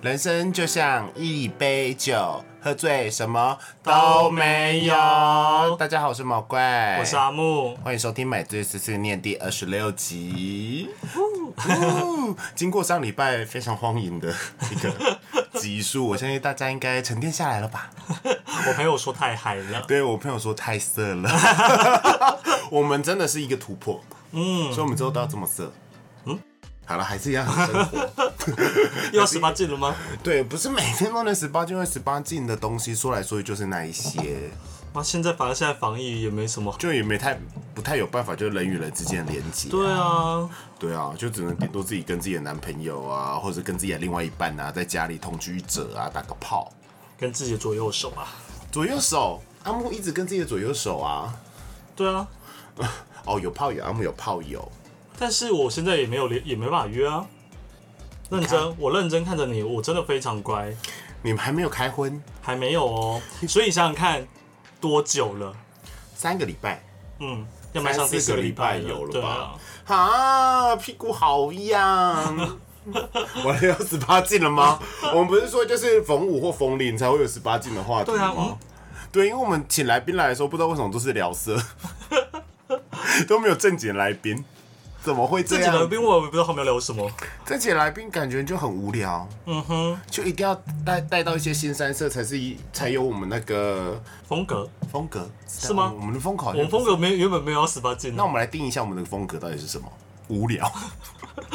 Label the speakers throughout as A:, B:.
A: 人生就像一杯酒，喝醉什么都没有。大家好，我是毛怪，
B: 哎我是阿木。
A: 欢迎收听《买醉碎碎念》第二十六集。呜经过上礼拜非常荒淫的一个集数，我相信大家应该沉淀下来了吧？
B: 我朋友说太嗨 了，
A: 对我朋友说太色 了，我们真的是一个突破，嗯，所以我们之后都要这么色。嗯好了，还是一样很生活。
B: 又要十八禁了吗？
A: 对，不是每天都能十八禁，因为十八禁的东西说来说去就是那一些，
B: 哇，现在反而现在防疫也没什么。
A: 就也没太不太有办法，就是人与人之间的连接。
B: 对啊，
A: 对啊，就只能顶多自己跟自己的男朋友啊，或者跟自己的另外一半啊，在家里同居者啊，打个炮，
B: 跟自己的左右手啊。
A: 左右手。阿木一直跟自己的左右手啊，
B: 对啊，
A: 哦，有炮友，阿木有炮友，
B: 但是我现在也没有连，也没办法约啊。认真，我认真看着你，我真的非常乖，
A: 你们还没有开婚，
B: 还没有 哦。所以想想看，多久了？
A: 三个礼拜，
B: 嗯，要迈向
A: 三
B: 第
A: 四
B: 四
A: 个
B: 个
A: 礼
B: 礼
A: 拜
B: 拜
A: 有
B: 对
A: 了吧
B: 啊，？
A: 啊，屁股好痒。 我要十八禁了吗？我们不是说就是逢五或逢零才会有十八禁的话题
B: 对啊，
A: 吗
B: 嗯？，
A: 对，因为我们请来宾来的时候，不知道为什么都是聊色， 都没有正经来宾，怎么会这
B: 自己的
A: 样？
B: 宾我也不知道后面聊什么。
A: 正经来宾感觉就很无聊，
B: 嗯哼，
A: 就一定要带带到一些新三色，才是一才有我们那个
B: 风格，
A: 风格是
B: 吗
A: 我们的风格好
B: 我
A: 像，
B: 们风格没原本没有要十八禁
A: 那
B: 的，
A: 我们来定一下我们的风格到底是什么？无聊，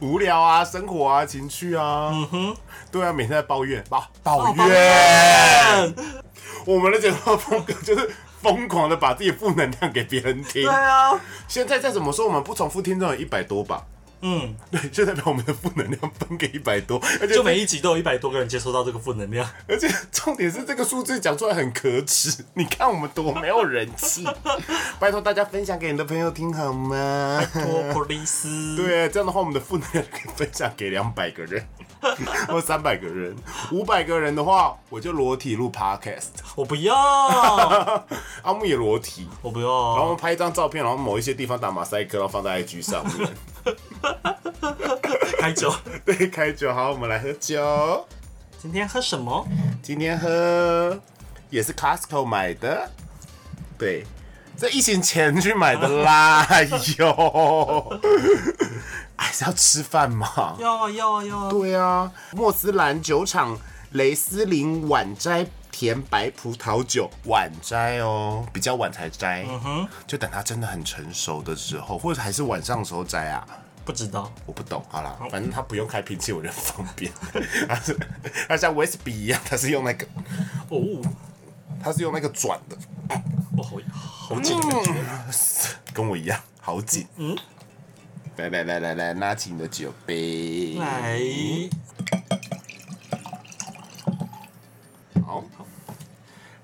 A: 无聊啊，生活啊，情趣啊，嗯哼，对啊，每天在抱怨，抱抱
B: 抱
A: 怨，我们的节目风格就是疯狂的把自己负能量给别人听
B: 对。啊，
A: 现在再怎么说，我们不重复听众有一百多吧？
B: 嗯，
A: 对，就代表我们的负能量分给一百多，而且
B: 就每一集都有一百多个人接收到这个负能量。
A: 而且重点是这个数字讲出来很可耻，你看我们多没有人气，拜托大家分享给你的朋友听好吗？
B: 托普利斯，，
A: 对，这样的话，我们的负能量可以分享给两百个人， 或三百个人，五百个人的话，我就裸体录 podcast，
B: 我不 要，
A: 阿木也裸体，
B: 我不
A: 然后我
B: 要，
A: 们拍一张照片，然后某一些地方打马赛克，然后放在 IG 上面。
B: 开酒。
A: 对，开酒，好，我们来喝酒。
B: 今天喝什么？
A: 今天喝也是 Costco 买的，对，这疫情前去买的啦，哎呦， 还是要吃饭嘛。
B: 要啊要啊要啊！
A: 对啊，莫斯兰酒厂雷斯林晚摘甜白葡萄酒，晚摘哦，比较晚才摘，嗯哼，就等它真的很成熟的时候，或者还是晚上的时候摘啊。
B: 不知道，
A: 我不懂，好啦，反正它不用开瓶器，我觉得很方便。 它是它像威士忌一样，它是用那个，
B: 哦，
A: 它是用那个转的，
B: 哇，好好紧的感觉。
A: 跟我一样，好紧。嗯，来来来来来，拿起你的酒杯，
B: 来，
A: 好，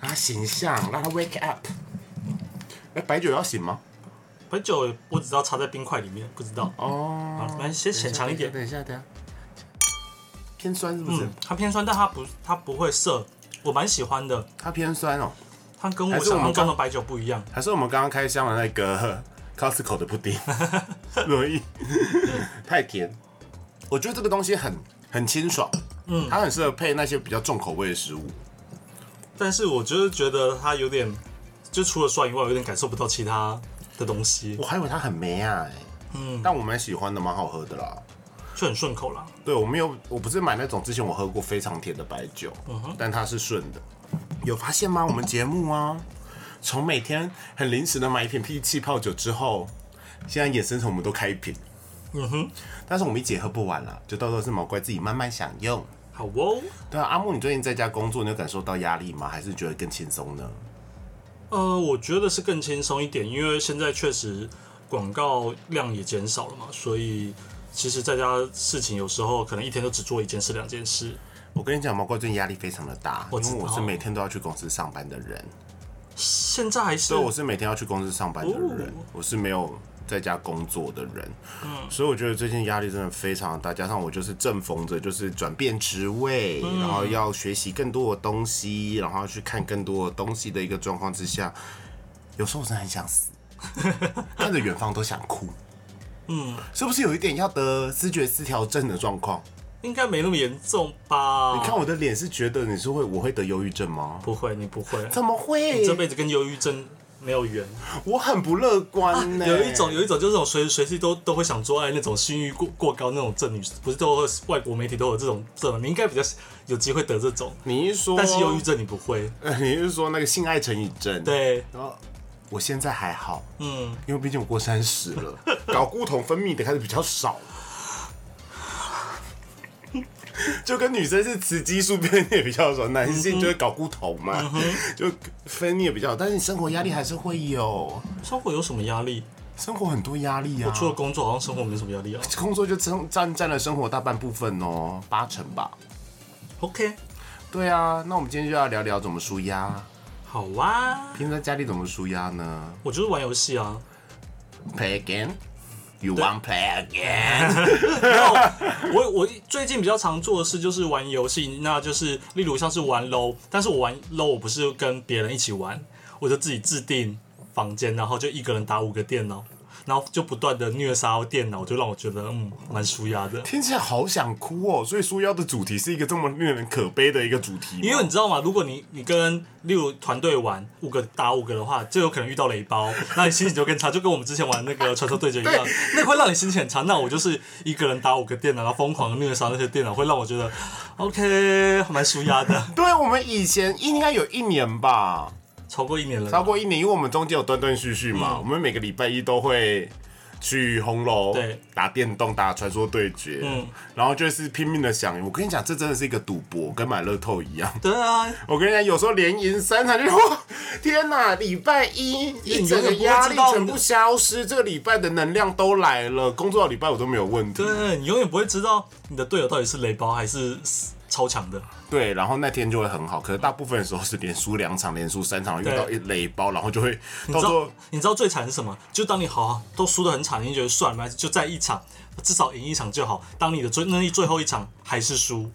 A: 让它醒象，让它 wake up。哎，白酒要醒吗？
B: 白酒我只知道插在冰块里面，不知道。
A: 哦，
B: 好，来先浅尝一点。
A: 等一下，等一下，偏酸是不是
B: 嗯？，它偏酸，但它不，它不会涩，我蛮喜欢的。
A: 它偏酸哦，
B: 它跟
A: 还
B: 我
A: 是我
B: 想
A: 们
B: 象中
A: 刚
B: 的白酒不一样。
A: 还是我们刚刚开箱的那个 Costco 的布丁， 容易太甜。我觉得这个东西很很清爽，嗯，它很适合配那些比较重口味的食物。
B: 但是我就是觉得它有点，就除了酸以外，有点感受不到其他的东西
A: 我，还以为它很梅啊、欸，嗯，但我蛮喜欢的，蛮好喝的啦。
B: 就很顺口啦。
A: 对，我没有，我不是买那种之前我喝过非常甜的白酒，
B: 嗯
A: 但它是顺的。有发现吗？我们节目啊，从每天很临时的买一瓶啤气泡酒之后，现在衍生成我们都开一瓶，
B: 嗯哼，
A: 但是我们一起也喝不完了，就到时候是毛怪自己慢慢享用。
B: 好哦。
A: 对啊，阿木，你最近在家工作，你有感受到压力吗？还是觉得更轻松呢？
B: 呃，我觉得是更轻松一点，因为现在确实广告量也减少了嘛，所以其实在家事情有时候可能一天都只做一件事、两件事。
A: 我跟你讲，毛怪最近压力非常的大，因
B: 我知
A: 为
B: 道
A: 我是每天都要去公司上班的人。
B: 现在还是
A: 对，我是每天要去公司上班的人，
B: 哦嗯
A: 我是没有在家工作的人，所以我觉得最近压力真的非常大，加上我就是正逢着就是转变职位，
B: 嗯
A: 然后要学习更多的东西，然后要去看更多的东西的一个状况之下，有时候我真的很想死，看着远方都想哭，嗯，是不是有一点要得思觉失调症的状况？
B: 应该没那么严重吧？
A: 你看我的脸是觉得你是会我会得忧郁症吗？
B: 不会，你不会，
A: 怎么会
B: 你？这辈子跟忧郁症没有缘。
A: 我很不乐观呢、
B: 啊有一种，有一种就是那种随时随地都都会想做爱那种性欲过过高那种症女，不是都会外国媒体都有这种症吗？你应该比较有机会得这种，
A: 你是说，
B: 但是忧郁症你不会。
A: 呃， 你是说那个性爱成瘾症？。
B: 对，
A: 然后我现在还好，
B: 嗯，
A: 因为毕竟我过三十了， 睾固酮分泌的开始比较少。 就跟女生是雌激素分泌也比较少，男性就是睾固酮嘛，
B: 嗯
A: 就分泌也比较少，但是你生活压力还是会有，
B: 生活有什么压力？
A: 生活很多压力啊。
B: 除了工作，好像生活没什么压力啊。
A: 工作就占占占了生活大半部分哦，八成吧。
B: OK，
A: 对啊，那我们今天就要聊聊怎么舒压，
B: 好啊，
A: 平常在家里怎么舒压呢
B: 我就是玩游戏啊。
A: ？Play again, you want play again？
B: 我我最近比较常做的事就是玩游戏，那就是例如像是玩 LO，但是我玩 LO 我不是跟别人一起玩，我就自己制定房间，然后就一个人打五个电脑，然后就不断的虐杀电脑，就让我觉得嗯蛮舒压的。
A: 听起来好想哭哦，所以舒压的主题是一个这么令人可悲的一个主题吗。
B: 因为你知道吗？如果你你跟例如团队玩五个打五个的话，就有可能遇到雷包，那你心情就更差，就跟我们之前玩那个传说对决一样， 那会让你心情很差。那我就是一个人打五个电脑，然后疯狂的虐杀那些电脑，会让我觉得 OK 蛮舒压的。
A: 对我们以前应该有一年吧，
B: 超过一年了，
A: 超过一年，因为我们中间有断断续续嘛，我们每个礼拜一都会。去红楼
B: 对
A: 打电动打传说对决，嗯，然后就是拼命的想，我跟你讲，这真的是一个赌博，跟买乐透一样。
B: 对啊，
A: 我跟你讲，有时候连赢三场就 哇，天哪！礼拜一一整个压力全部消失，这个礼拜的能量都来了，工作到礼拜五都没有问题。
B: 对你永远不会知道你的队友到底是雷包还是超强的。
A: 对，然后那天就会很好，可是大部分的时候是连输两场，连输三场，遇到一雷包，然后就会到
B: 你知
A: 最
B: 道
A: 后，
B: 你知道最惨是什么？就当你好都输得很惨，你就觉得算了，没关系就在一场，至少赢一场就好。当你的最那最后一场还是输，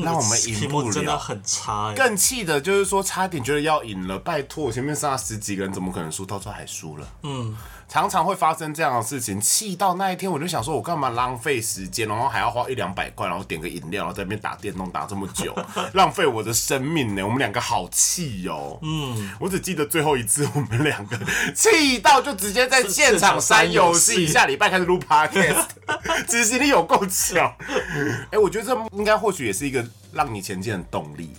A: 那我们
B: 题
A: 赢不
B: 目真的
A: 了。
B: 很差哎、
A: 更气的就是说，差点觉得要赢了，拜托，前面杀了十几个人，怎么可能输？到最后还输了。嗯，常常会发生这样的事情，气到那一天，我就想说，我干嘛浪费时间，然后还要花一两百块，然后点个饮料，然后在那边打电动打这么 久，浪费我的生命呢？我们两个好气哦。嗯，我只记得最后一次，我们两个气到就直接在现场删游
B: 现场删游戏
A: 戏，下礼拜开始录 podcast，执 行力有够 强。哎、我觉得这应该或许也是一个让你前进的动力。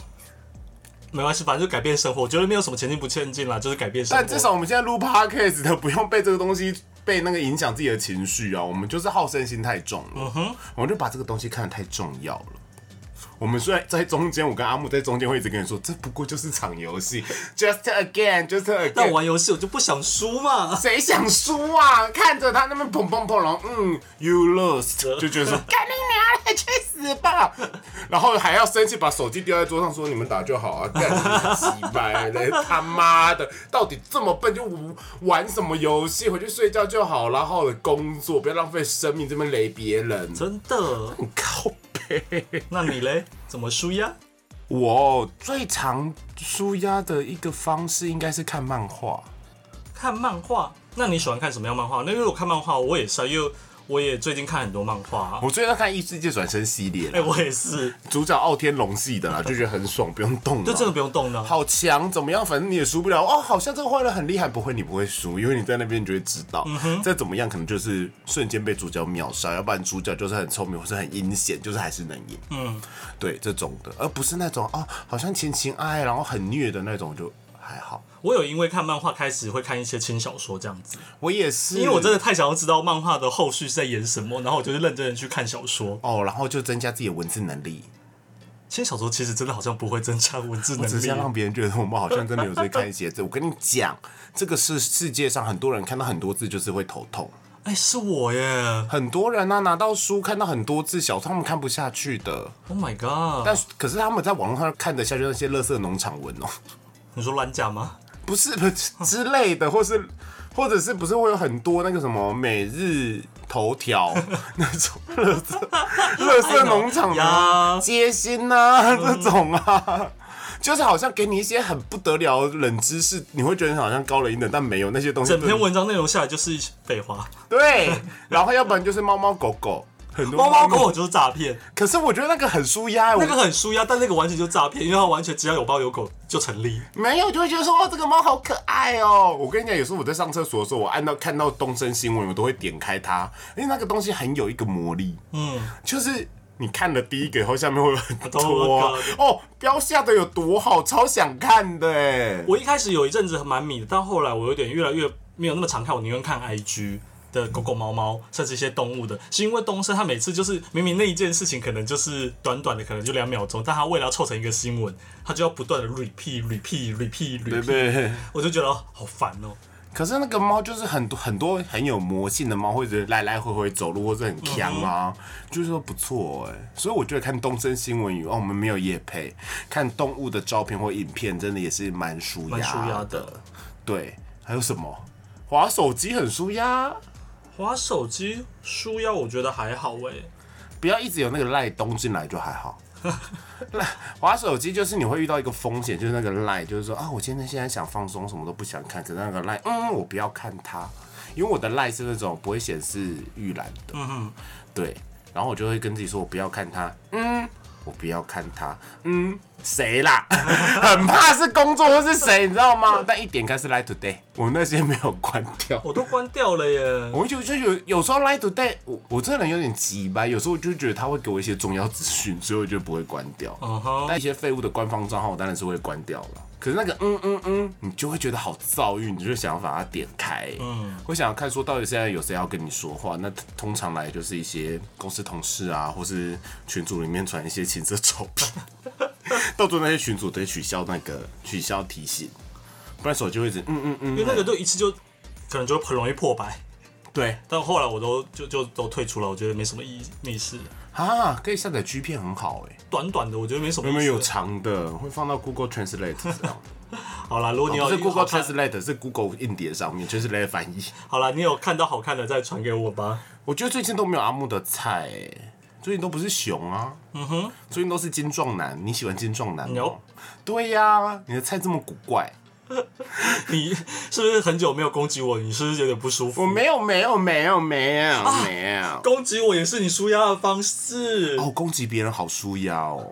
B: 没关系，反正就改变生活。我觉得没有什么前进不前进啦，就是改变生活。
A: 但至少我们现在录 podcast 的，不用被这个东西被那个影响自己的情绪啊。我们就是好胜心太重了，
B: 嗯
A: 我们就把这个东西看得太重要了。我们虽然在中间，我跟阿木在中间会一直跟你说，这不过就是场游戏，just again，just
B: 但我
A: again。
B: 玩游戏我就不想输嘛。
A: 谁想输啊？看着他那边砰砰砰，然后嗯，you lost，就 觉得说干你娘的，去死吧！ 然后还要生气，把手机丢在桌上，说你们打就 好啊，干你几百嘞，他妈的，到底这么笨就玩什么游戏？回去睡觉就好了，好好的工作，不要浪费生命这边雷别人。
B: 真的？
A: 靠背。
B: 那你嘞？怎么输呀？
A: 我最常舒压的一个方式应该是看漫画。
B: 看漫画，那你喜欢看什么样漫画？那因为我看漫画，我也是啊，因为我也最近看很多漫画啊、
A: 我最近在看《异世界转身》系列啦
B: 哎、我也是，
A: 主角傲天龙系的啦，就觉得很爽，不用动
B: 就真的
A: 了。
B: 不用动了。
A: 好强，怎么样？反正你也输不了哦。好像这个坏人很厉害，不会你不会输，因为你在那边你就会知道，
B: 嗯
A: 再怎么样可能就是瞬间被主角秒杀，要不然主角就是很聪明或是很阴险，就是还是能赢。嗯，对这种的，而不是那种哦，好像情情爱爱啊然后很虐的那种就还好。
B: 我有因为看漫画开始会看一些轻小说这样子，
A: 我也是，
B: 因为我真的太想要知道漫画的后续是在演什么，然后我就认真的去看小说。
A: 哦，然后就增加自己的文字能力，
B: 轻小说其实真的好像不会增加文字
A: 只
B: 能
A: 是
B: 力
A: 要，让别人觉得我们好像真的有在看写字。我跟你讲，这个是世界上很多人看到很多字就是会头痛。
B: 哎、是我耶
A: 很多人啊，拿到书看到很多字小，说他们看不下去的。
B: ！Oh my god！
A: 但是可是他们在网络上看得下去那些垃圾农场文哦、
B: 你说乱讲吗？
A: 不是不是之类的，或是或者是不是会有很多那个什么每日头 条那种垃圾垃圾农场
B: I know.
A: 啊、
B: Yeah.
A: 街心啊这
B: 嗯
A: 种啊。就是好像给你一些很不得了的冷知识，你会觉得好像高人一等，但没有那些东西。
B: 整篇文章内容下来就是一些废话，
A: 对，然后要不然就是猫猫狗狗，很多
B: 猫猫狗狗就是诈骗，
A: 可是我觉得那个很舒压、欸，我
B: 那个很舒压，但那个完全就是诈骗，因为它完全只要有猫有狗就成立。
A: 没有就会觉得说哦哇，这个猫好可爱哦、我跟你讲，有时候我在上厕所的时候，我按到看到东森新闻，我都会点开它，因为那个东西很有一个魔力。嗯，就是。你看了第一个以后，下面会有很
B: 都
A: 多啊、
B: 会
A: 哦，标下的有多好，超想看的哎！
B: 我一开始有一阵子蛮迷的，但后来我有点越来越没有那么常看，我宁愿看 IG 的狗狗、猫猫，甚至一些动物的，是因为东升他每次就是明明那一件事情可能就是短短的，可能就两秒钟，但他为了要凑成一个新闻，他就要不断的 repeat repeat repeat
A: 对
B: repeat，
A: 对。
B: 我就觉得好烦哦、
A: 可是那个猫就是很多很多很有魔性的猫，或者来来回回走路，或者很强
B: 嗯
A: 啊，就是说不错哎、所以我觉得看东森新闻语哦，我们没有夜配，看动物的照片或影片，真的也是蛮舒
B: 蛮舒
A: 压
B: 压的。
A: 对，还有什么？滑手机很舒压，
B: 滑手机舒压，我觉得还好欸诶、
A: 不要一直有那个赖东进来就还好。赖滑手机就是你会遇到一个风险，就是那个赖，就是说啊，我今天现在想放松，什么都不想看，可是那个赖，嗯，我不要看它，因为我的赖是那种不会显示预览的，嗯对，然后我就会跟自己说，我不要看它，嗯，我不要看它，嗯，谁啦？很怕是工作或是谁，你知道吗？但一点开是 Line Today，我那些没有关掉，
B: 我都关掉了耶。
A: 我就就有有时候 Line Today，我我这个人有点急吧，有时候我就觉得他会给我一些重要资讯，所以我就不会关掉。
B: 嗯哼，
A: 但一些废物的官方账号，我当然是会关掉了。可是那个嗯嗯嗯，你就会觉得好躁郁，你就会想要把它点开。嗯，我想要看说到底现在有谁要跟你说话。那通常来就是一些公司同事啊，或是群组里面传一些情色照片， 到最后那些群组得取消那个取消提醒，不然手机会一直嗯嗯嗯。
B: 因为那个就一次就可能就很容易破百，
A: 对
B: 但后来我都就就都退出了，我觉得没什么意意思。
A: 啊，可以下载 G 片很好哎、
B: 短短的，我觉得没什么
A: 有
B: 意思。
A: 没有长的会放到 Google Translate 上？
B: 好啦，如果你有、
A: 哦不是 Google
B: 好看
A: Translate，是 Google 硬碟上面 Translate 翻译。
B: 好啦，你有看到好看的再传给我吧。
A: 我觉得最近都没有阿木的菜、欸，最近都不是熊啊，嗯哼，最近都是精壮男。你喜欢精壮男吗哦
B: No
A: 对呀、你的菜这么古怪。
B: 你是不是很久没有攻击我？你是不是有点不舒
A: 我
B: 服？
A: 没有，没有，没有，没有，没有。
B: 攻击我也是你舒压的方式。
A: 哦，攻击别人好舒压哦。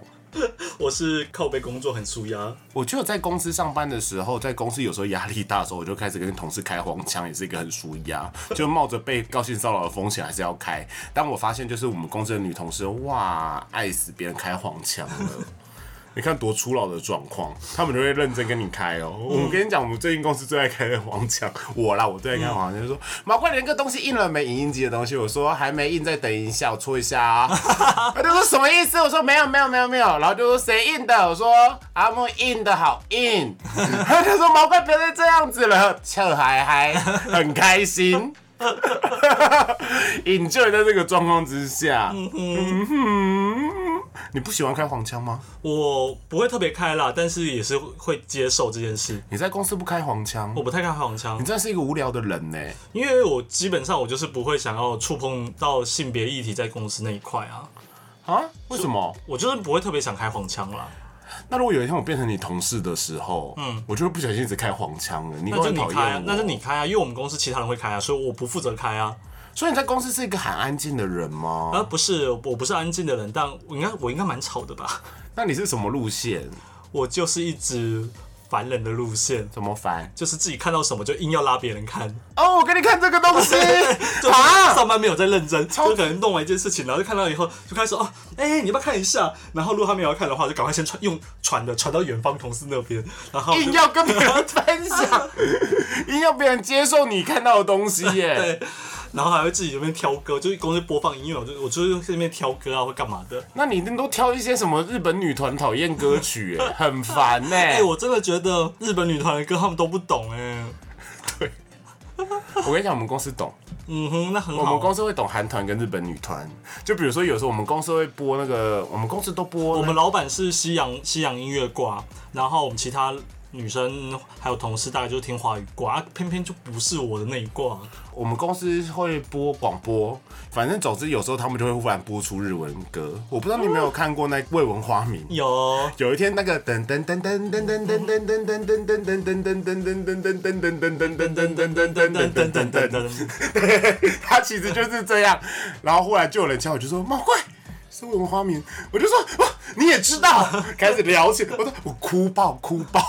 B: 我是靠背工作很舒压，
A: 我觉得在公司上班的时候，在公司有时候压力大的时候，我就开始跟同事开黄腔，也是一个很舒压，就冒着被高性骚扰的风险还是要开。但我发现，就是我们公司的女同事，哇，爱死别人开黄腔了。 你看多粗老的状况，他们就会认真跟你开哦。我跟你讲，我们最近公司最爱开的黄腔，我啦，我最爱开黄腔，就说马怪连个东西印了没？影印机的东西，我说还没印，再等一下，我搓一下啊。他就说什么意思？我说没有没有没有没有，然后就说谁印的？我说阿木印的好 硬，他就说毛怪别再这样子了，笑嗨嗨，很开 心。引咎在这个状况之下，嗯哼你不喜欢开黄腔吗？
B: 我不会特别开啦，但是也是会接受这件事。
A: 你在公司不开黄腔
B: 我，不太看黄腔
A: 你，真的是一个无聊的人呢、
B: 因为我基本上我就是不会想要触碰到性别议题在公司那一块啊，
A: 啊？为什么？
B: 我就是不会特别想开黄腔啦。
A: 那如果有一天我变成你同事的时候，嗯，我就会不小心一直开黄腔了，你会
B: 那就
A: 很
B: 你
A: 讨
B: 开、啊
A: 厌，
B: 那就
A: 我
B: 你开啊，因为我们公司其他人会开啊，所以我不负责开啊。
A: 所以你在公司是一个很安静的人吗？
B: 啊，不是，我不是安静的人，但我应该我应该蛮吵的吧？
A: 那你是什么路线？
B: 我就是一直烦人的路线，
A: 怎么烦？
B: 就是自己看到什么就硬要拉别人看，
A: 哦，我给你看这个东 西
B: 就是
A: 啊！
B: 上班没有在认真，就可能弄完一件事情，然后就看到以后就开始说哦，哎、你要不要看一下？然后如果他没有要看的话，就赶快先传用传的传到远方同事那边，然后
A: 硬要跟别人分 享，硬要别人接受你看到的东西耶。
B: 对，然后还会自己这边挑歌，就是公司播放音乐，我就我就是在那边挑歌啊，或干嘛的。
A: 那你一定都挑一些什么日本女团讨厌歌曲耶，很烦 呢。
B: 哎、我真的觉得日本女团的歌他们都不懂哎、
A: 我跟你讲，我们公司懂，
B: 嗯哼，那很
A: 我们
B: 好。
A: 公司会懂韩团跟日本女团。就比如说，有时候我们公司会播那个，我们公司都播那个
B: 我们老板是西洋西洋音乐挂，然后我们其他女生还有同事大概就听华语挂，啊偏偏就不是我的那一挂。
A: 我们公司会播广播，反正总之有时候他们就会忽然播出日文歌。我不知道你有没有看过那《未闻花名》。
B: 有，
A: 有一天那个噔噔噔噔噔噔噔噔噔噔噔噔噔噔噔噔噔噔噔噔噔噔噔噔噔噔噔噔噔噔噔， 他其实就是这样。然后忽然就有人敲我，就说毛怪。是未闻花名，我就说哇，你也知道，开始聊起，我说我哭爆哭爆，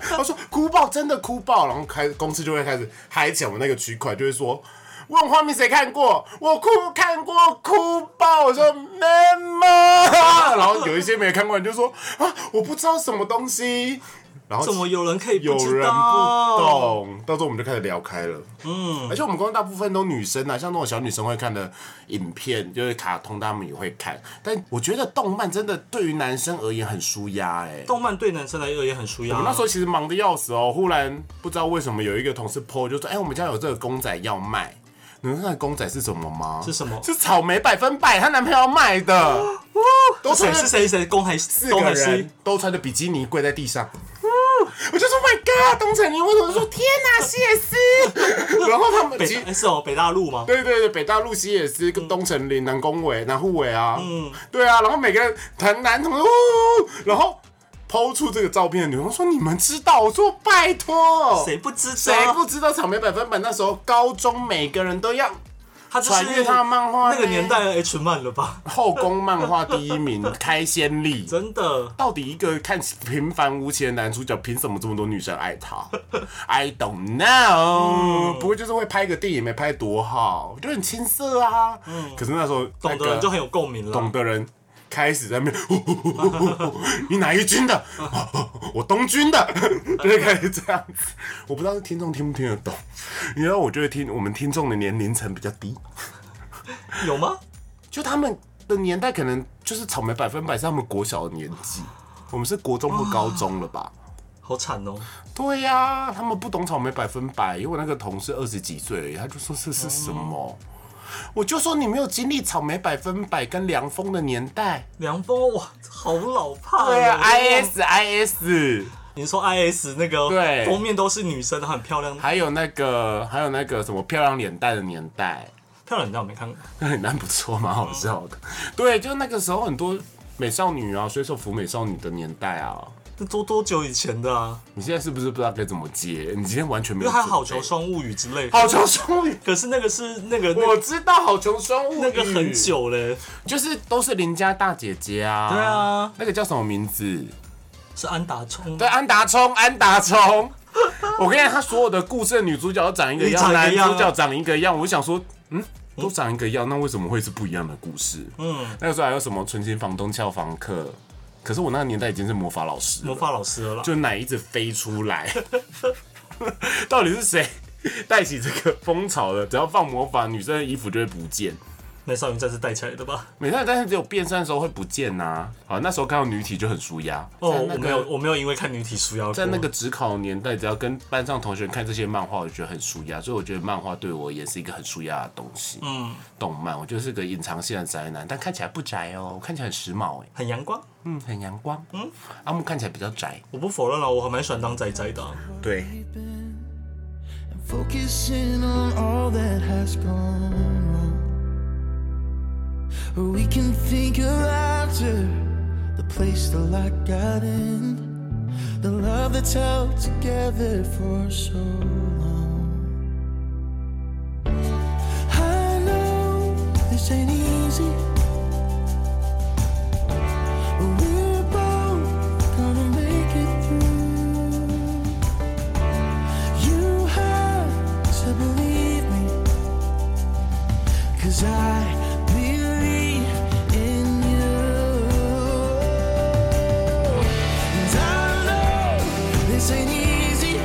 A: 他说哭爆真的哭爆，然后开公司就会开始嗨起来，我们那个区块就会说问花名谁看过，我哭看过哭爆，我说妈妈，然后有一些没看过人就说啊，我不知道什么东西，然后
B: 怎么有人可以
A: 有
B: 不知
A: 人
B: 道
A: 不？懂，到时候我们就开始聊开了。嗯，而且我们公司大部分都女生啊，像那种小女生会看的影片，就是卡通，他们也会看。但我觉得动漫真的对于男生而言很舒压哎。
B: 动漫对男啊生来说也很舒压
A: 我。那时候其实忙得要死哦，忽然不知道为什么有一个同事 PO 就说：“哎、我们家有这个公仔要卖。”你们知道公仔是什么吗？
B: 嗯是什么哦
A: 是草莓百分百，她男朋友要卖的。都
B: 啊谁
A: 穿
B: 是
A: 着
B: 谁谁公还是
A: 四
B: 公
A: 个
B: 还是
A: 人都穿着比基尼跪在地上。嗯我就说 My God，东城，你为什么说天 哪、西野斯？然后他们
B: 北
A: 其
B: 大、哎是哦北大陆吗？
A: 对对对，北大陆西野斯跟东城林、南宫伟、南户伟啊，嗯，对啊，然后每个人谈男同，哦然后抛出这个照片的女生说你们知道，我说拜托，
B: 谁不知道？
A: 谁不知道草莓百分百那时候高中每个人都要
B: 他就
A: 传
B: 是
A: 阅他的漫画呢
B: 那个年代的 H 漫了吧？
A: 后宫漫画第一名开先 例，
B: 真的，
A: 到底一个看平凡无奇的男主角，凭什么这么多女生爱他？I don't know、不过就是会拍个电影，没拍多好，就很青涩啊。可是那时候
B: 懂的人就很有共鸣
A: 懂
B: 了。
A: 的人开始在那边，呼呼呼呼呼呼你哪一军的？我东军的，就是开始这样子。我不知道听众听不听得懂，你知道，我觉得听我们听众的年龄层比较低，
B: 有吗？
A: 就他们的年代可能就是草莓百分百是他们国小的年纪，我们是国中或高中了吧？
B: 好惨哦！
A: 对呀、他们不懂草莓百分百，因为我那个同事二十几岁而已，他就说这是什么？我就说你没有经历草莓百分百跟凉风的年代。
B: 梁峰哇，好老派哦。
A: 对呀、
B: 我
A: i s IS，
B: 你说 IS 那个
A: 对
B: 封面都是女生，然后很漂亮。
A: 还有那个还有那个什么漂亮脸蛋的年代，
B: 漂亮，你知道我没看过？
A: 那很难不错，蛮好笑的。对，就那个时候很多美少女啊，水手服美少女的年代啊。
B: 这多多久以前的啊？
A: 你现在是不是不知道该怎么接？你今天完全没
B: 因
A: 有
B: 为还有《
A: 准
B: 好
A: 备
B: 球双物语》之类的。
A: 好球双语，
B: 可是那个是那个那
A: 我
B: 个
A: 知道好球双物
B: 那个很久嘞，
A: 就是都是邻家大姐姐啊，
B: 对啊，
A: 那个叫什么名字？
B: 是安达充。
A: 对，安达充，安达 充。我跟你讲，他所有的故事的女主角都长一个
B: 你
A: 样，
B: 长一个
A: 男
B: 样啊
A: 主角长一个样。我想说，嗯，都长一个样，那为什么会是不一样的故事？嗯，那个时候还有什么存钱房东俏房客？可是我那个年代已经是魔法老师
B: 魔
A: 了，
B: 法老师了啦，
A: 就奶一直飞出来， 到底是谁带起这个风潮的？只要放魔法，女生的衣服就会不见。
B: 美少女战士带起来的吧？
A: 美少女战士只有变身的时候会不见呐、好，那时候看到女体就很舒压。
B: 哦，
A: 在
B: 我
A: 那
B: 没
A: 个
B: 有，我没有因为看女体书要
A: 在那个职考年代，只要跟班上同学看这些漫画，我就觉得很舒压，所以我觉得漫画对我也是一个很舒压的东西。嗯，动漫，我就是个隐藏性的宅男，但看起来不宅哦，我看起来很时髦哎，
B: 很阳光。
A: 嗯，很阳光。嗯，阿木看起来比较宅。
B: 我不否认了，我还蛮喜欢当仔仔的啊、
A: 对，
C: and focusing on all that has gone wrong. We can think of after the place the light got in, the love that's held together for so long. I know this ain't easy. We're both gonna make it through. You have to believe me, 'cause I believe in you. And I know this ain't easy.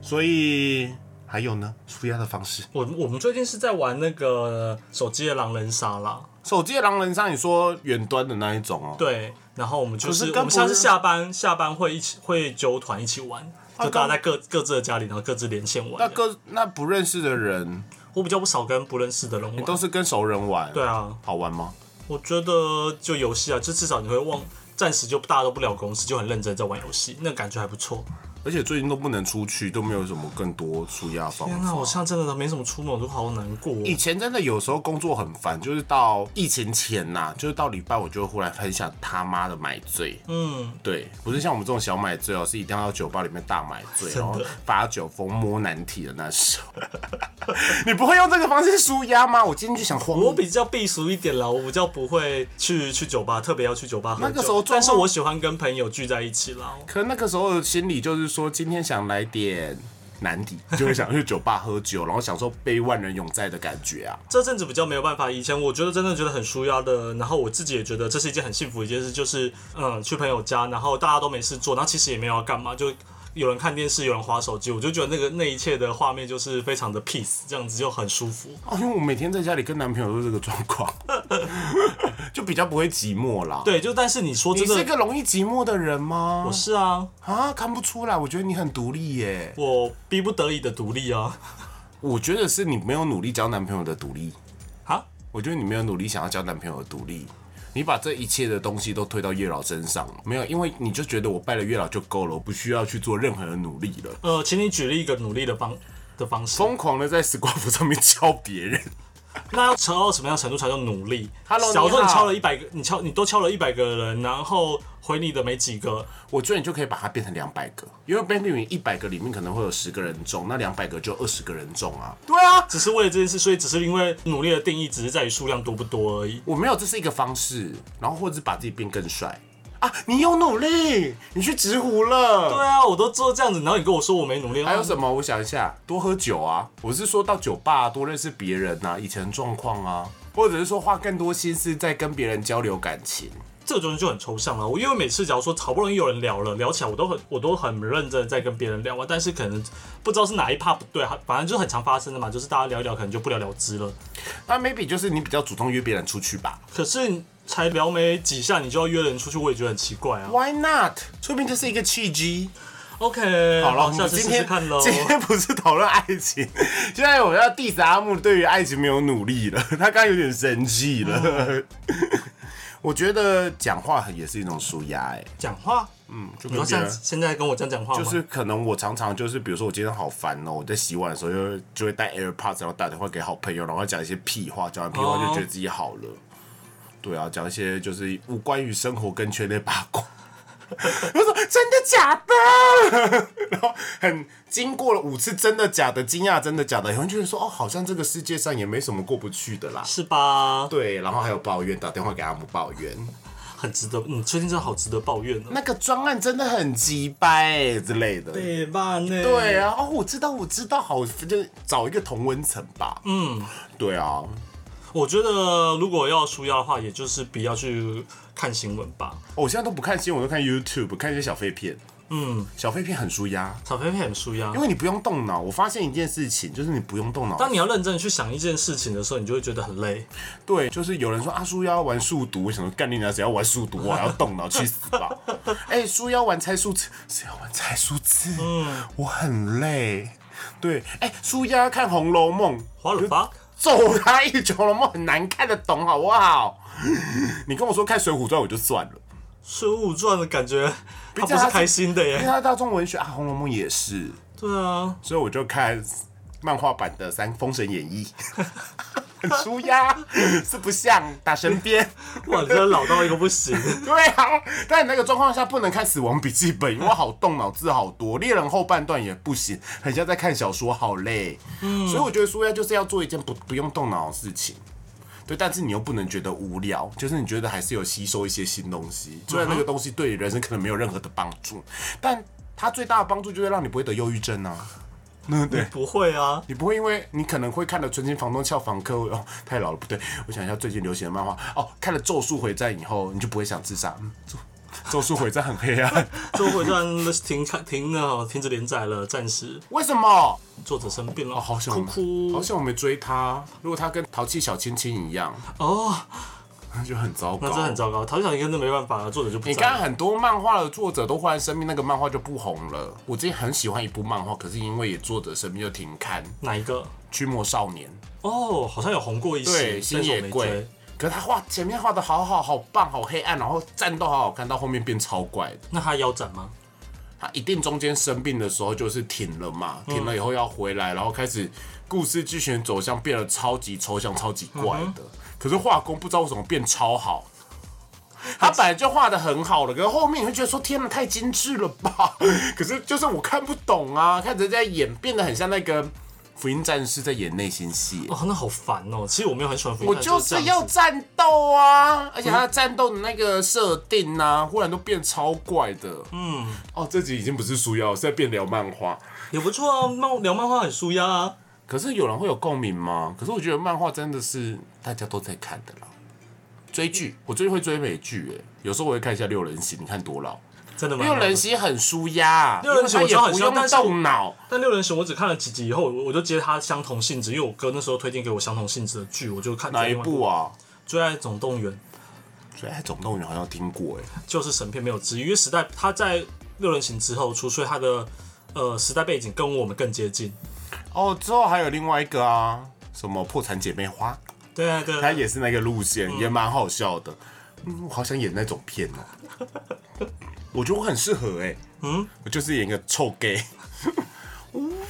A: 所以还有呢，舒压的方式，
B: 我我们最近是在玩那个手机的狼人杀啦，
A: 手机的狼人杀，你说远端的那一种哦、
B: 对，然后我们就
A: 可是
B: 是
A: 跟
B: 我们
A: 不
B: 下次
A: 是
B: 下班下班会一起会揪团一起玩，就大
A: 跟
B: 家在各各自的家里，然后各自连线玩。
A: 啊那个那不认识的人，
B: 我比较不少跟不认识的人
A: 你
B: 玩，
A: 都是跟熟人玩，
B: 对，啊，
A: 好玩吗？
B: 我觉得就游戏啊，就至少你会忘，暂时就大家都不聊公司，就很认真在玩游戏，那感觉还不错。
A: 而且最近都不能出去，都没有什么更多舒压方
B: 天
A: 法
B: 哪，。我现在真的没什么出门，我都好难过哦、
A: 以前真的有时候工作很烦，就是到疫情前呐、就是到礼拜我就会忽然很想他妈的买醉。
B: 嗯，
A: 对，不是像我们这种小买醉哦，是一定要到酒吧里面大买醉，
B: 真
A: 然
B: 的
A: 后发酒疯摸难题的那时候。 你不会用这个方式舒压吗？我今天就想慌。
B: 我比较避俗一点啦，我比较不会去去酒吧，特别要去酒吧喝酒。
A: 那个时候
B: 但是
A: 状况
B: 我喜欢跟朋友聚在一起啦。
A: 可那个时候心里就是说，今天想来点难题，就会想去酒吧喝酒，然后享受被万人拥在的感觉啊。
B: 这阵子比较没有办法，以前我觉得真的觉得很舒压的，然后我自己也觉得这是一件很幸福的一件事，就是嗯，去朋友家，然后大家都没事做，然后其实也没有要干嘛，就有人看电视，有人划手机，我就觉得那个那一切的画面就是非常的 peace，这样子就很舒服。
A: 哦，因为我每天在家里跟男朋友都是这个状况， 就比较不会寂寞啦。，
B: 对，就但是你说
A: 你
B: 真
A: 是
B: 的，
A: 个容易寂寞的人吗？
B: 我是啊，
A: 啊，看不出来，我觉得你很独立耶。
B: 我逼不得已的独立啊，
A: 我觉得是你没有努力交男朋友的独立，
B: 啊，
A: 我觉得你没有努力想要交男朋友的独立。你把这一切的东西都推到月老身上，没有，因为你就觉得我拜了月老就够了，我不需要去做任何的努力了。
B: 呃，请你举例一个努力的方的方式，
A: 疯狂的在死瓜服上面 敲别人，
B: 那要敲到什么样的程度才叫努力
A: Hello，
B: 假如说
A: 你
B: 你
A: 好
B: 敲了一百个，你敲你都敲了一百个人，然后回你的没几个，
A: 我觉得你就可以把它变成两百个，因为 b a n d y 一百个里面可能会有十个人中，那两百个就二十个人中啊。对啊，
B: 只是为了这件事，所以只是因为努力的定义只是在于数量多不多而已。
A: 我没有，这是一个方式，然后或者是把自己变更帅啊。你有努力，你去直湖了。
B: 对啊，我都做这样子，然后你跟我说我没努力，
A: 还有什么？我想一下，多喝酒啊！我是说到酒吧、多认识别人呐、以前的状况啊，或者是说花更多心思在跟别人交流感情。
B: 这个东西就很抽象了。我因为每次假如说好不容易有人聊了，聊起来我都很我都很认真地在跟别人聊啊，但是可能不知道是哪一 part 不对，反正就是很常发生的嘛，就是大家聊一聊可能就不了了之了。
A: 那 maybe 就是你比较主动约别人出去吧
B: 可是才聊没几下，你就要约人出去，我也觉得很奇怪啊。
A: ？Why not？说不定就是一个契机。
B: OK，
A: 好了，我
B: 下
A: 们
B: 次
A: 今
B: 试
A: 天
B: 试看喽。
A: 今天不是讨论爱情，现在我要 diss 阿木对于爱情没有努力了， 他刚刚有点生气了。
B: 嗯
A: 我觉得讲话也是一种舒压，哎，
B: 讲话，
A: 嗯，就
B: 你
A: 跟
B: 说
A: 别
B: 现在
A: 人。
B: 现在跟我这样讲话吗？
A: 就是可能我常常就是，比如说我今天好烦哦、我在洗碗的时候就会就会带 AirPods，然后打电话给好朋友，然后讲一些屁话，讲完屁话
B: 哦
A: 就觉得自己好了。对啊，讲一些就是无关于生活跟圈内八卦。我说真的假的，然后很经过了五次真的假的惊讶真的假的，然后就是说哦，好像这个世界上也没什么过不去的啦。
B: 是吧？
A: 对，然后还有抱怨，打电话给阿姆抱怨，
B: 很值得，嗯，最近真的好值得抱怨哦。
A: 那个专案真的很鸡掰、欸、之类的。
B: 对吧？呢？
A: 对啊，哦，我知道，我知道，好，就找一个同温层吧。嗯，对啊，
B: 我觉得如果要舒压的话，也就是不要去看新闻吧。
A: 哦我现在都不看新闻，我都看 YouTube，看一些小废片。嗯，小废片很舒压，
B: 小飞飞很舒压
A: 因，为你不用动脑。我发现一件事情，就是你不用动脑。
B: 当你要认真地去想一件事情的时候，你就会觉得很累。
A: 对，就是有人说啊，舒腰玩数独，我想说干你娘，谁要玩数独，啊我还要动脑， 去死吧！哎、舒腰玩猜数字，谁要玩猜数字？嗯，我很累。对，哎、舒压看《红楼梦》，
B: 花了吧？
A: 揍他一拳，《红楼梦》很难看得懂，好不好？你跟我说看《水浒传》我就算了，
B: 《水浒传》的感觉，它
A: 竟
B: 不是
A: 它是
B: 开心的
A: 因为
B: 耶。
A: 它是大众文学啊，《红楼梦》也是，
B: 对啊，
A: 所以我就看漫画版的《三封神演义》， 很舒压，四不像打神鞭。
B: 哇，你真的老到一个不行。
A: 对啊，但那个状况下不能看《死亡笔记本》，因为我好动脑子好多。猎人后半段也不行，很像在看小说，好累。嗯，所以我觉得舒压就是要做一件不不用动脑的事情。对，但是你又不能觉得无聊，就是你觉得还是有吸收一些新东西，虽然那个东西对你人生可能没有任何的帮助，但它最大的帮助就是让你不会得忧郁症啊。嗯，对。
B: 不会啊，
A: 你不会因为你可能会看了《纯情房东俏房客》哦，太老了不对，我想一下最近流行的漫画哦，看了《咒术回战》以后，你就不会想自杀。嗯，咒咒术回战很黑暗，
B: 最后一段停看停了哦，停止连载了，暂时
D: 为什么？
B: 作者生病了，
A: 哦好想
B: 哭哭
A: 好想哦我没追他。如果他跟淘气小亲亲一样，
B: 哦，
A: 那就很糟糕。
B: 那真的很糟糕。陶小小真的没办法了，作者就不
A: 你
B: 在
A: 看
B: 了。
A: 很多漫画的作者都忽然生病，那个漫画就不红了。我之前很喜欢一部漫画，可是因为也作者生病就停刊，《
B: 哪一个？
A: 驱魔少年》
B: 哦，好像有红过一期，
A: 对星
B: 但是我
A: 野
B: 没
A: 贵
B: 追。。
A: 可是他画前面画的好好好棒，好黑暗，然后战斗好好看，到后面变超怪的。
B: 那他腰斩吗？
A: 他一定中间生病的时候就是停了嘛，
B: 嗯
A: 停了以后要回来，然后开始故事剧情走向变得超级抽象、超级怪
B: 嗯
A: 的。可是画工不知道为什么变超好，他本来就画的很好了，可是后面你会觉得说天哪，太精致了吧？ 可是就是我看不懂啊，看人家演变得很像那个福音战士在演内心戏。
B: 哦，那好烦哦。其实我没有很喜欢福音
A: 我
B: 战士
A: 就
B: 这
A: 是
B: 样
A: 要
B: 子嗯
A: 战斗啊！而且他的战斗的那个设定啊，忽然都变超怪的。嗯，哦，这集已经不是书妖，是在变聊漫画。
B: 也不错啊，漫聊漫画很舒压啊。
A: 可是有人会有共鸣吗？可是我觉得漫画真的是大家都在看的啦。追剧，我最近会追美剧，哎，有时候我会看一下《六人行》，你看多老？
B: 真的吗？
A: 六人行很舒压，
B: 六人行
A: 因
B: 我
A: 为他也不
B: 知道很舒压
A: 用
B: 但是
A: 动脑。
B: 但六人行我只看了几集以后，我我就接他相同性质，因为我哥那时候推荐给我相同性质的剧，我就看
A: 哪一部
B: 啊？
A: 啊？
B: 《最爱总动员》
A: 《
B: 啊
A: 最爱总动员》好像听过，哎，
B: 就是神片没有之一，因为时代他在六人行之后出，所以他的呃时代背景跟我们更接近。
A: 哦，之后还有另外一个啊，什么《破产姐妹花》。
B: 对啊，对啊，
A: 他也是那个路线，也蛮好笑的。嗯，我好想演那种片哦、我觉得我很适合哎、嗯，我就是演一个臭 gay。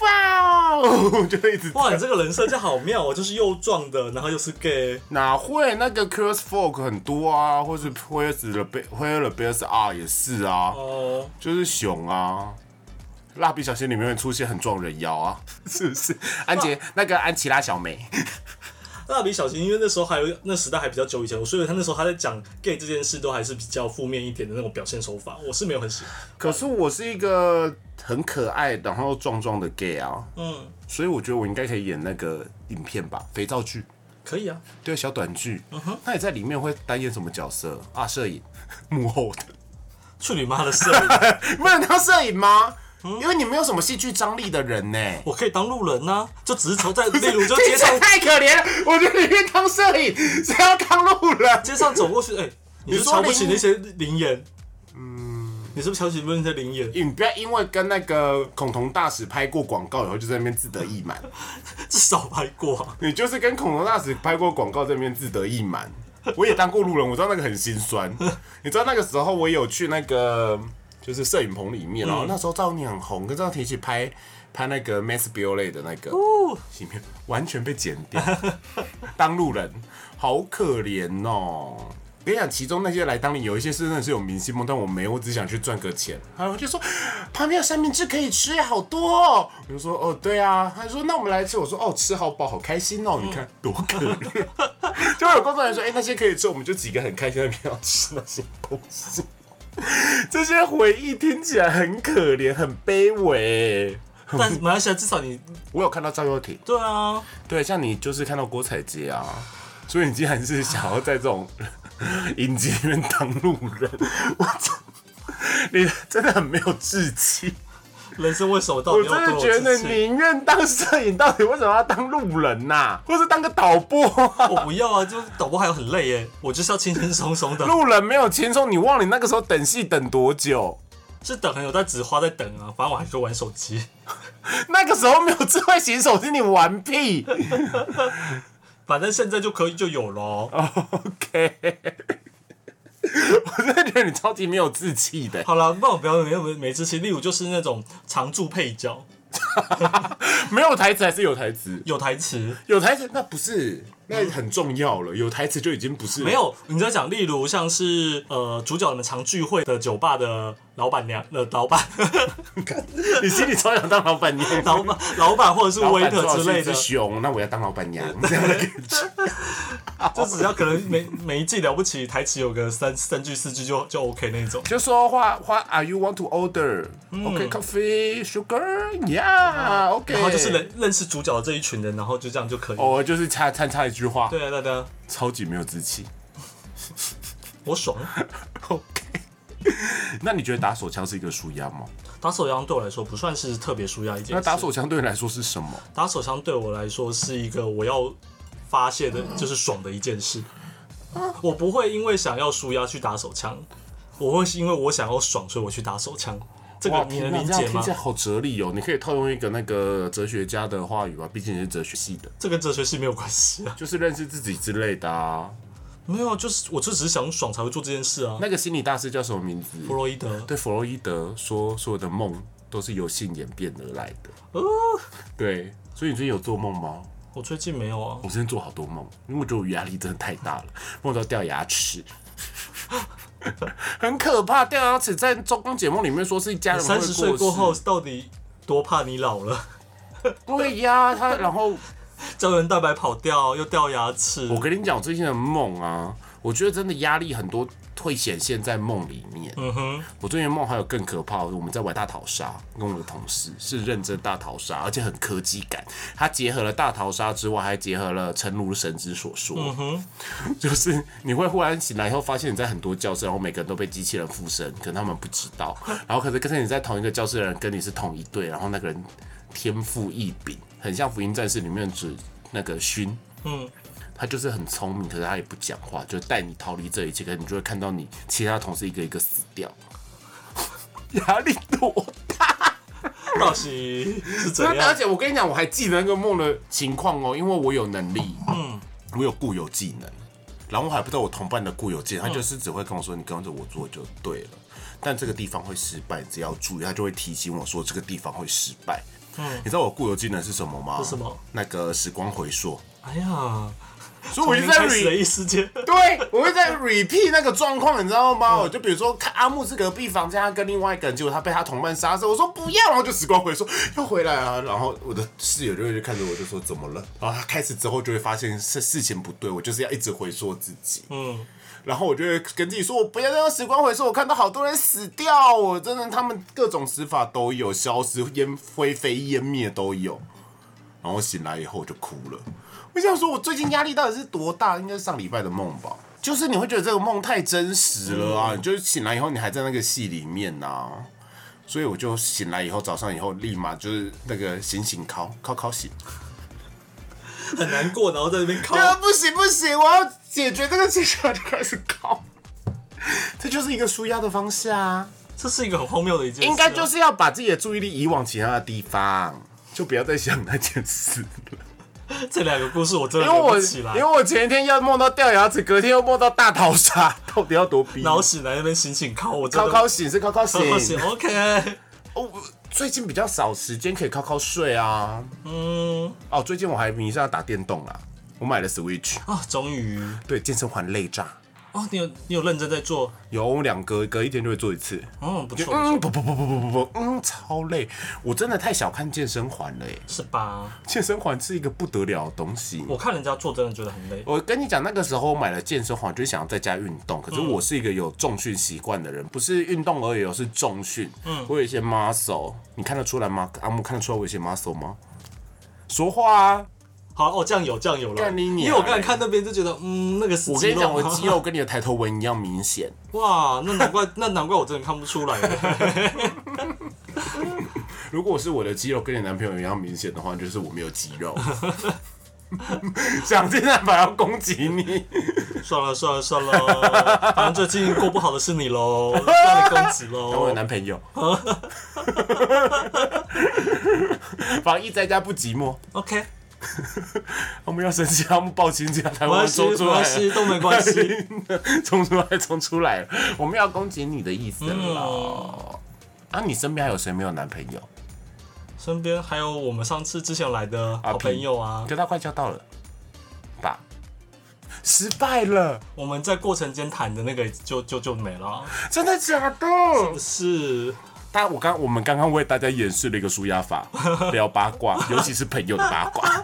A: 哇哦， 就一直
B: 哇，你这个人设就好妙哦，就是又壮的，然后又是 gay，
A: 哪会那个 Curse Folk 很多啊，或是 Where's the Be Where's the Bears Are 也是啊，
B: 哦、
A: 就是熊啊。蜡笔小新里面会出现很壮人妖啊， 是不是？安杰那个安琪拉小美，
B: 蜡笔小新，因为那时候还有那时代还比较久以前，所以他那时候他在讲 gay 这件事都还是比较负面一点的那种表现手法，我是没有很喜欢。
A: 可是我是一个很可爱然后壮壮的 gay 啊，
B: 嗯，
A: 所以我觉得我应该可以演那个影片吧，肥皂剧，
B: 可以啊，
A: 对，小短剧。
B: 嗯
A: 那你在里面会担任什么角色啊？摄影， 幕后 的，
B: 去你妈的摄影，
A: 不能当摄影吗？因为你没有什么戏剧张力的人呢、
B: 嗯我可以当路人呐、就只是从 在例如就街
A: 听起
B: 上
A: 来太可怜了，我觉得你越当摄影，谁要当路人？
B: 街上走过去，哎、你是
A: 说
B: 瞧不起
A: 林
B: 那些灵眼，嗯，你是不是瞧不起那些灵眼？
A: 你不要因为跟那个孔同大使拍过广告以后就在那边自得意满，
B: 至少拍过、 啊，
A: 你就是跟孔同大使拍过广告在那边自得意满。我也当过路人，我知道那个很心酸。 你知道那个时候我有去那个就是摄影棚里面，然后那时候赵妮很红，跟赵婷一起拍拍那个 Mass Bill 类的那个里面，完全被剪掉，当路人，好可怜哦。跟你讲，其中那些来当你有一些是真的是有明星梦，但我没有，我只想去赚个钱。然后就说旁边有三明治可以吃，好多哦。我就说哦，对啊。他就说那我们来吃。我说哦，吃好饱，好开心哦。你看多可怜。就会有工作人员说，哎、那些可以吃，我们就几个很开心的边要吃那些东西。这些回忆听起来很可怜，很卑微。
B: 但马来西亚至少你
A: 我有看到赵又廷，
B: 对啊，
A: 对，像你就是看到郭采洁啊，所以你竟然是想要在这种影集里面当路人，我真，你真的很没有志气。
B: 人生为什么到
A: 我
B: 底
A: 真
B: 要
A: 的
B: 多
A: 觉
B: 有
A: 得
B: 自信？
A: 宁愿当摄影，到底为什么要当路人呐、或是当个导播、啊？
B: 我不要啊，就是导播还有很累耶，我就是要轻轻松松 的，
A: 路人没有轻松，你忘了你那个时候等戏等多久？
B: 是等很久，但只花在等啊，反正我还可以玩手机，
A: 那个时候没有智慧型手机，你玩屁
B: 反正现在就可以就有咯。
A: 哦？OK，我真的觉得你超级没有志气的。欸
B: 好了，那我不要没没没志气，例如就是那种常驻配角，
A: 没有台词还是有台词？
B: 有台词。
A: 有台词那不是，那很重要了。有台词就已经不是
B: 没有，你在讲，例如像是呃，主角们常聚会的酒吧的老板娘、呃，老板、
A: 你心里超想当老板娘，
B: 老板、老板或者是
A: 老
B: 威
A: 板
B: 特之类的
A: 是，熊，那我要当老板娘这样的感觉。
B: 就只要可能每每一季了不起台词有个三三句四句就就 OK 那种。
A: 就说话话，Are you want to order? OK, coffee, sugar, yeah, OK。
B: 嗯然后就是认认识主角的这一群人，然后就这样就可以。
A: 偶尔就是插掺插一句话，
B: 对啊，对啊对啊，
A: 超级没有志气。
B: 我爽。
A: OK，那你觉得打手枪是一个舒压吗？
B: 打手枪对我来说不算是特别舒压一件事。
A: 那打手枪对你来说是什么？
B: 打手枪对我来说是一个我要发泄的，就是爽的一件事。我不会因为想要舒压去打手枪，我会是因为我想要爽，所以我去打手枪。这个
A: 哇，
B: 你
A: 天
B: 能
A: 哪
B: 理
A: 这样
B: 解
A: 听
B: 吗
A: 起？来好哲理哦。你可以套用一个那个哲学家的话语吧，毕竟你是哲学系的，
B: 这跟哲学系没有关系啊。
A: 就是认识自己之类的啊。
B: 没有啊，就是我就只是想爽才会做这件事啊。
A: 那个心理大师叫什么名字？
B: 弗洛伊德，
A: 对，弗洛伊德说，所有的梦都是由性演变而来的。
B: 哦
A: 对，所以你最近有做梦吗？
B: 我最近没有啊
A: 我。最近做好多梦，因为我觉得我压力真的太大了，梦到掉牙齿， 很可怕。掉牙齿在《周公解梦》里面说是家人会
B: 三十岁
A: 过
B: 过
A: 世
B: 后，到底多怕你老了？
A: 对呀，他然后
B: 胶原蛋白跑掉，又掉牙齿。
A: 我跟你讲，我最近的梦啊，我觉得真的压力很多会显现在梦里面。嗯哼，我最近的梦还有更可怕，我们在玩大逃杀，跟我的同事是认真大逃杀，而且很科技感。它结合了大逃杀之外，还结合了诚如神之所说。嗯哼， 就是你会忽然醒来以后，发现你在很多教室，然后每个人都被机器人附身，可能他们不知 道。然后可是可是你在同一个教室的人跟你是同一队，然后那个人天赋异禀，很像《福音战士》里面指那个勋。他就是很聪明，可是他也不讲话，就带你逃离这一切。可是你就会看到你其他同事一个一个死 掉，压力多
B: 到底是
A: 真
B: 怎
A: 的，而
B: 样？
A: 且我跟你讲，我还记得那个梦的情况哦，因为我有能力，嗯，我有固有技能，
E: 然后我还不知道我同伴的固有
B: 嗯
E: 技能，他就是只会跟我说你跟着我做就对了，但这个地方会失败，只要注意，他就会提醒我说这个地方会失败。你知道我固有技能是什么吗？
B: 嗯是什么？
E: 那个时光回溯。
B: 哎呀，
A: 所以我一直在
B: 开始的
A: re，
B: 异世界。
A: 对我会在
E: repeat 那个状况，你知道吗？我就比如说，看阿木是隔壁房间，他跟另外一个人，结果他被他同伴杀死，我说不要，然后就时光回溯要回来啊，然后我的室友就会看着我就说怎么了？然后他开始之后就会发现是事情不对，我就是要一直回溯自己，
B: 嗯，
E: 然后我就会跟自己说，我不要再用时光回溯，我看到好多人死掉，我真的他们各种死法都有，消失、烟灰飞烟灭都有，然后醒来以后我就哭了。我想说，我最近压力到底是多大？应该是上礼拜的梦吧。就是你会觉得这个梦太真实了啊！你就是醒来以后，你还在那个戏里面呐、所以我就醒来以后，早上以后立马就是那个醒醒考考考醒，
B: 很难过，然后在那边靠
E: 对。啊，不行不行，我要解决这个情绪，我就开始考。这就是一个舒压的方式啊，
B: 这是一个很荒谬的一件事啊、
A: 应该就是要把自己的注意力移往其他的地方，就不要再想那件事了。
B: 这两个故事，我真的
A: 因为
B: 连
A: 我
B: 不起
A: 因为
B: 来。
A: 我前一天要梦到掉牙齿，隔天又梦到大逃杀，到底要多逼？
B: 然后醒来那边醒醒靠，我真
A: 靠
B: 的
A: 靠醒是靠靠
B: 靠靠
A: 醒
B: 醒。OK，
A: 哦，我最近比较少时间可以靠靠睡啊。
B: 嗯
A: 哦，最近我还迷上打电动啦，我买了 Switch，
B: 啊，终于
A: 对，健身环累炸。
B: 哦，你有你有认真在做，
A: 有，我们两个隔一天就会做一次。
B: 嗯，不错不错，
A: 嗯，不不不不不不不，嗯，超累。我真的太小看健身环了耶，
B: 是吧？
A: 健身环是一个不得了的东西。
B: 我看人家做真的觉得很累，
A: 我跟你讲，那个时候我买了健身环，就是想要在家运动。可是
B: 嗯
A: 我是一个有重训习惯的人，不是运动而已哦，是重训。嗯，我有一些 muscle，你看得出来吗？阿木看得出来我有一些 muscle 吗？说话啊！
B: 好哦，酱油酱油了，
A: 干你娘
B: 因为我刚才看那边就觉得，嗯，那个是
A: 我
B: 肌
A: 跟你
B: 肉
A: 讲，
B: 吗
A: 我的肌肉跟你的抬头纹一样明显。
B: 哇，那难怪 那难怪我真的看不出来，
A: 如果是我的肌肉跟你男朋友一样明显的话，就是我没有肌肉。想尽办法要攻击你。
B: 算了算了算了，反正最近过不好的是你喽，让你攻击
A: 我有
B: 喽，
A: 男朋 友，防疫在家不寂寞。
B: OK，
A: 他们要生气，他们抱亲戚，台
B: 没关
A: 湾
B: 系
A: 冲
B: 没
A: 出来
B: 关系
A: 了，
B: 都没关系。
A: 冲出来，冲出来了。我们要攻击你的意思了。啊，你身边还有谁没有男朋友？
B: 身边还有我们上次之前来的好朋友啊，
A: 可他快交到了，吧？失败了，
B: 我们在过程间谈的那个就就就没了，
A: 真的假的？
B: 不是
A: 但我刚我们刚刚为大家演示了一个舒压法，聊八卦，尤其是朋友的八 卦，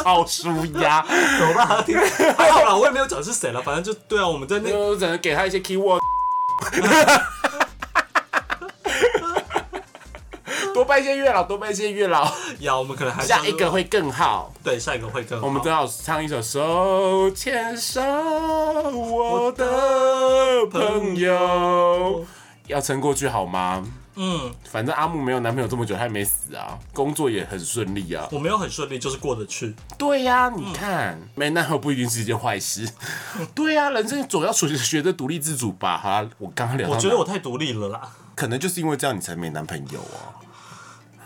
A: 超舒压。
B: 有 吧？听还好啦，我也没有讲是谁了，反正就对啊，我们在那
A: 我只能给他一些 keyword。 多拜一些月老，多拜一些月老，
B: 呀，我们可能还
A: 下一个会更好。
B: 对下一个会更好。
A: 我们都要唱一首《手牵手，我的朋友》，要撑过去好吗？
B: 嗯，
A: 反正阿木没有男朋友这么久，他也没死啊，工作也很顺利啊。
B: 我没有很顺利，就是过得去。
A: 对呀、你看，没男朋友不一定是一件坏事。对呀、人生总要学学着独立自主吧。好啦，我刚刚聊到
B: 我
A: 哪，
B: 觉得我太独立了啦。
A: 可能就是因为这样，你才没男朋友啊。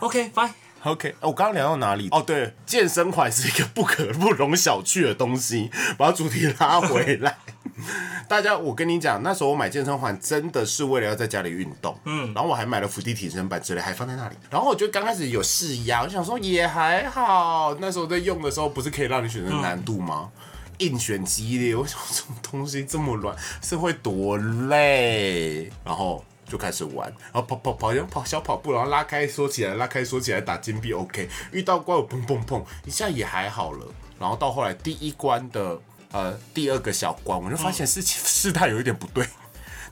B: OK，拜。
A: OK，、哦、我刚刚聊到哪里？哦，对，健身环是一个不可不容小觑的东西， 把主题拉回来。 大家，我跟你讲，那时候我买健身环真的是为了要在家里运动，嗯，然后我还买了伏地挺身板之类，还放在那里。然后我就刚开始有试压，我想说也还好。那时候在用的时候，不是可以让你选择难度吗？硬选激烈，我想说 这种东西这么软是会多累？然后就开始玩，然后跑跑跑，然后跑小跑步，然后拉开缩起来，拉开缩起来打金币，OK。遇到怪我砰砰砰一下也还好了。然后到后来第一关的呃第二个小关，我就发现事情事态有一点不对。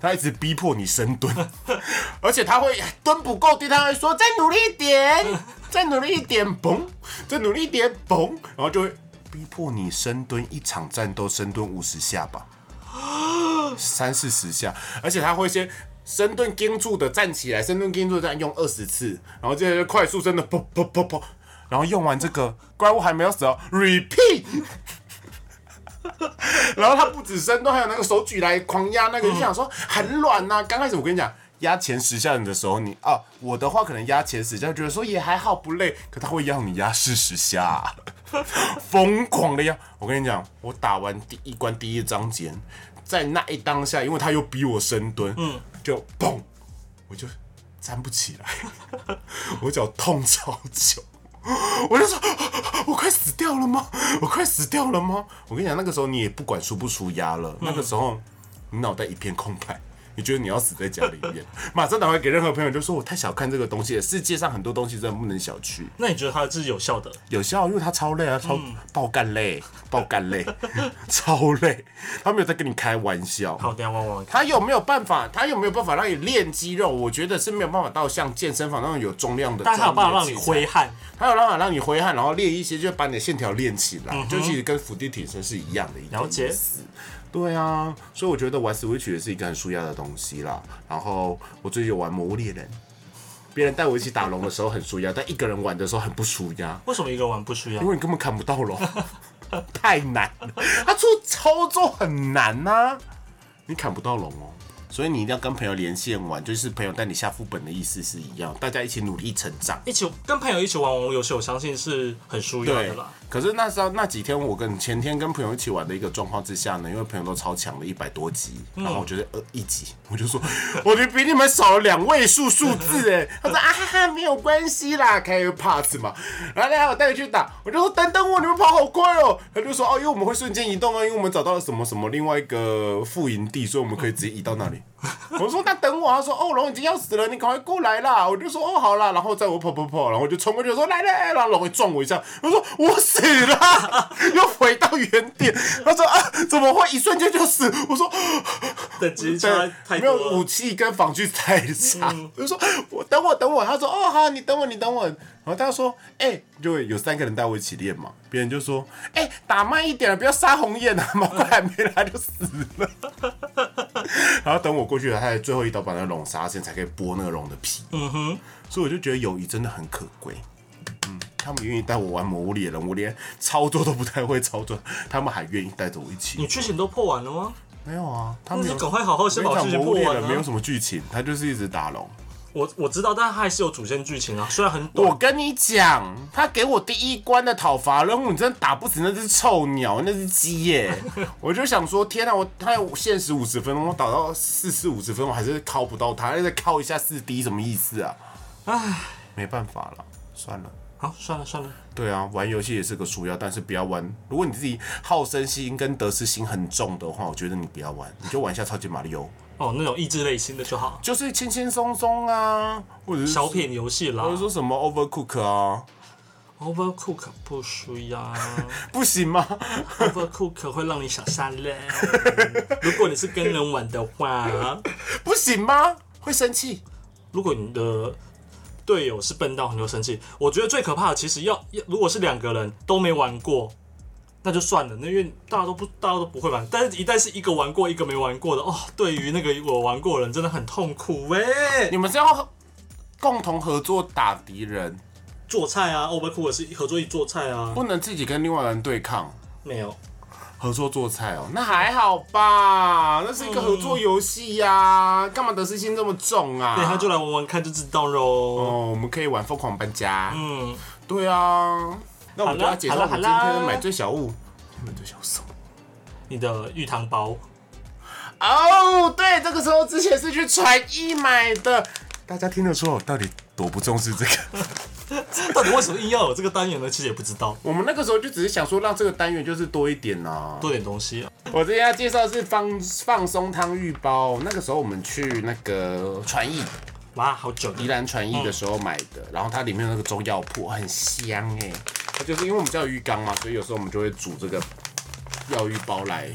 A: 他一直逼迫你深蹲，而且他会蹲不够低，他会说再努力一点，再努力一点，嘣，再努力一点，嘣，然后就会逼迫你深蹲一场战斗深蹲五十下吧，三四十下，而且他会先。深蹲盯住的站起来，深蹲盯住的站用二十次，然后接着就快速真的砰砰砰砰，然后用完这个怪物还没有死哦，repeat，然后他不止深蹲，还有那个手举来狂压那个，就想说很软呐、刚开始我跟你讲，压前十下你的时候你，啊，我的话可能压前十下觉得说也还好不累，可他会要你压四十下、 疯狂的压。我跟你讲，我打完第一关第一章节，在那一当下，因为他又逼我深蹲，嗯，就嘣，我就站不起来， 我脚痛超久。我就说，我快死掉了吗？我快死掉了吗？我跟你讲，那个时候你也不管输不输压了，那个时候你脑袋一片空白，你觉得你要死在家里面，马上打回给任何朋友，就说我太小看这个东西了，世界上很多东西真的不能小觑。
B: 那你觉得它是有效的？
A: 有效，因为他超累啊，超
B: 嗯
A: 爆干累，爆干累， 超累，他没有在跟你开玩笑。
B: 好，等一下玩玩看。
A: 他有没有办法？他有没有办法让你练肌肉？我觉得是没有办法到像健身房那种有重量的。
B: 但它有办法让你挥，汗，
A: 他有办法让你挥汗，然后练一些，就把你的线条练起来，就其实跟伏地挺身是一样的一个
B: 嗯了解
A: 意思对啊，所以我觉得玩 Switch 也是一个很舒压的东西啦。然后我最近有玩《魔物猎人》，别人带我一起打龙的时候很舒压，但一个人玩的时候很不舒压。
B: 为什么一个玩不需要
A: 因？为你根本砍不到龙， 太难了。他出操作很难呐、你砍不到龙哦。所以你一定要跟朋友连线玩，就是朋友带你下副本的意思是一样，大家一起努力成长。
B: 一起跟朋友一起玩网络游戏，我相信是很舒压
A: 对
B: 的啦。，
A: 可是那时候那几天，我跟前天跟朋友一起玩的一个状况之下呢，因为朋友都超强的，一百多级，然后我觉得呃一级， 我就说，我觉得比你们少了两位数数字哎， 他说啊哈哈没有关系啦，开个 pass 嘛，然后呢还有带我去打，我就说等等我，你们跑好快哦，他就说哦，因为我们会瞬间移动啊，因为我们找到了什么什么另外一个副营地，所以我们可以直接移到那里。 我说那等我，他说哦龙已经要死了，你赶快过来啦！我就说哦好啦，然后在我跑跑跑，然后我就冲过去说来来来，然后龙会撞我一下，我说我死了， 又回到原点。他说啊怎么会一瞬间就死？我说
B: 等级差
A: 对，
B: 太
A: 没有
B: 多
A: 武
B: 了，
A: 器跟防具太差。我就说我等我等我，他说哦好，你等我你等我。然后他说哎、就会有三个人带我一起练嘛，别人就说哎、打慢一点了，不要杀红眼啊，毛怪还没来就死了。然后等我过去了，他才最后一刀把那龙杀死，才可以剥那个龙的皮。嗯哼，所以我就觉得友谊真的很可贵。嗯，他们愿意带我玩《魔物猎人》，我连操作都不太会操作，他们还愿意带着我一起
B: 你。剧情都破完了吗？
A: 没有啊，他
B: 那
A: 们
B: 你
A: 有
B: 赶快好好先
A: 我
B: 把
A: 跟
B: 剧
A: 你讲
B: 情
A: 魔
B: 破
A: 物猎
B: 完
A: 人没有
B: 啊！
A: 什么剧情，他就是一直打龙。
B: 我我知道，但它还是有主线剧情啊，虽然很
A: 我
B: 短。
A: 跟你讲，他给我第一关的讨伐任务，你真的打不死那只臭鸟，那只鸡 耶！我就想说，天哪、我他有限时五十分钟，我打到四四五十分钟，我还是敲不到他，再敲一下四 D 什么意思啊？唉，没办法了，算了。
B: 好，算了算了，
A: 对啊，玩游戏也是个暑药，但是不要玩。如果你自己好胜心跟得失心很重的话，我觉得你不要玩，你就玩一下超级马里奥，
B: 哦，那种益智类型的就好，
A: 就是轻轻松松啊，或者是
B: 小，品游戏啦
A: 或。者说什么 Overcook 啊，
B: Overcook 不输呀
A: 不行吗？
B: ，Overcook 会让你想下泪。如果你是跟人玩的话，
A: 不行吗？会生气。
B: 如果你的队友是笨到很多生气。我觉得最可怕的其实要，要如果是两个人都没玩过，那就算了，那因为大家都不大家都不会玩。但是一旦是一个玩过，一个没玩过的，哦，对于那个我玩过的人真的很痛苦喂、
A: 你们是要共同合作打敌人，
B: 做菜啊，欧贝库也是合作一做菜啊，
A: 不能自己跟另外人对抗。
B: 没有。
A: 合作做菜哦，那还好吧，那是一个合作游戏呀，干嘛得失心这么重啊？
B: 哎对，他就来玩玩看就知道喽。
A: 哦，我们可以玩疯狂搬家。
B: 嗯，
A: 对啊，那我们就要介绍我们今
B: 好啦
A: 天买最小物，买最小物什么？
B: 你的玉堂包，
A: 哦，对，这个时候之前是去传艺买的，大家听得出我到底多不重视这个？
B: 到底为什么硬要有这个单元呢？其实也不知道，
A: 我们那个时候就只是想说让这个单元就是多一点啦、
B: 多点东西、啊。
A: 我今天要介绍的是放放松汤浴包，那个时候我们去那个传艺。
B: 哇，好久
A: 宜
B: 的，
A: 兰传艺的时候买的，然后它里面有那个中药铺很香哎、它就是因为我们家有浴缸嘛，所以有时候我们就会煮这个药浴包来。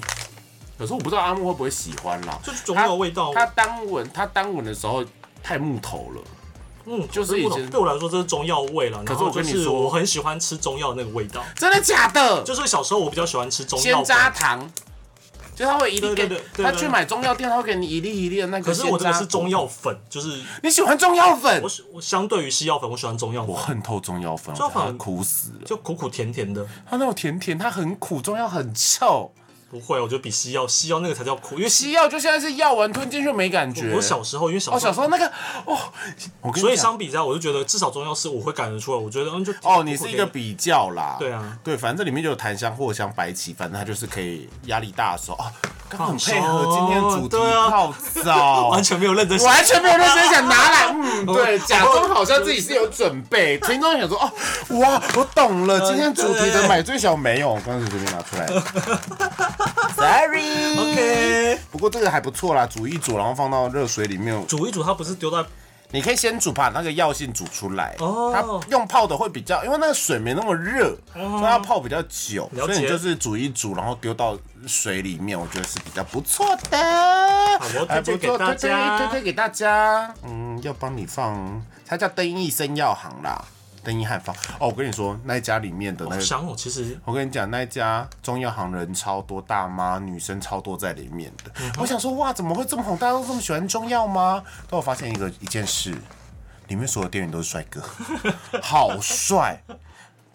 A: 可是我不知道阿木会不会喜欢啦，
B: 就是总有味道。啊
A: 它单闻它单闻的时候太木头了，
B: 嗯，
A: 就是以前
B: 对我来说这是中药味了。然
A: 是
B: 后
A: 我
B: 就
A: 跟你
B: 是
A: 说
B: 我很喜欢吃中药那个味道，
A: 真的假的？就
B: 就是小时候我比较喜欢吃中药
A: 鲜
B: 粉。
A: 渣糖，就他会一粒给
B: 对对
A: 你
B: 对，对
A: 他去买中药店，他会给你一粒一粒的那
B: 可
A: 个
B: 是
A: 鲜
B: 我这
A: 渣。
B: 个是中药粉，就是
A: 你喜欢中药粉
B: 我？喜我相对于西药粉，我喜欢中药粉
A: 我，恨透中药粉，
B: 中药粉
A: 我快苦死了。
B: 就苦苦甜甜的。
A: 它那种甜甜，它很苦，中药很臭。
B: 不会，我觉得比西药，西药那个才叫苦，因为西
A: 西药就现在是药丸吞进去没感觉。
B: 我小时候因为小
A: 哦，
B: 时候
A: 小时候那个哦，我跟
B: 所以
A: 你讲，
B: 相比之下，我就觉得至少中药是我会感觉出来。我觉得嗯，就
A: 哦，你是一个比较啦。
B: 对啊，
A: 对，反正这里面就有檀香、藿香、白芪，反正它就是可以压力大的时候啊，刚好很配合今天主题
B: 对啊
A: 泡澡，
B: 完全没有认真想，
A: 完全没有认真想拿来，嗯，对，假
B: 哦
A: 装好像自己是有准备，听众想说哦，哇，我懂了，今天主题的买最小没有，我刚才随便拿出来，sorry。
B: OK。
A: 不过这个还不错啦，煮一煮，然后放到热水里面，
B: 煮一煮，它不是丢在
A: 你可以先煮，把那个药性煮出来。
B: 哦
A: 它用泡的会比较，因为那个水没那么热，所以它泡比较久。
B: 哦了解
A: 所以你就是煮一煮，然后丢到水里面，我觉得是比较不错的。
B: 我
A: 还
B: 推荐
A: 不错，
B: 给大
A: 推
B: 家
A: 荐推荐给大家。嗯，要帮你放，它叫登益生药行啦，登益汉方。哦，我跟你说，那一家里面的那
B: 好
A: 个。
B: 香哦。其实
A: 我跟你讲，那一家中药行人超多，大妈、女生超多在里面的。我想说，哇，怎么会这么红？大家都这么喜欢中药吗？但我发现一个一件事，里面所有店员都是帅哥， 好帅，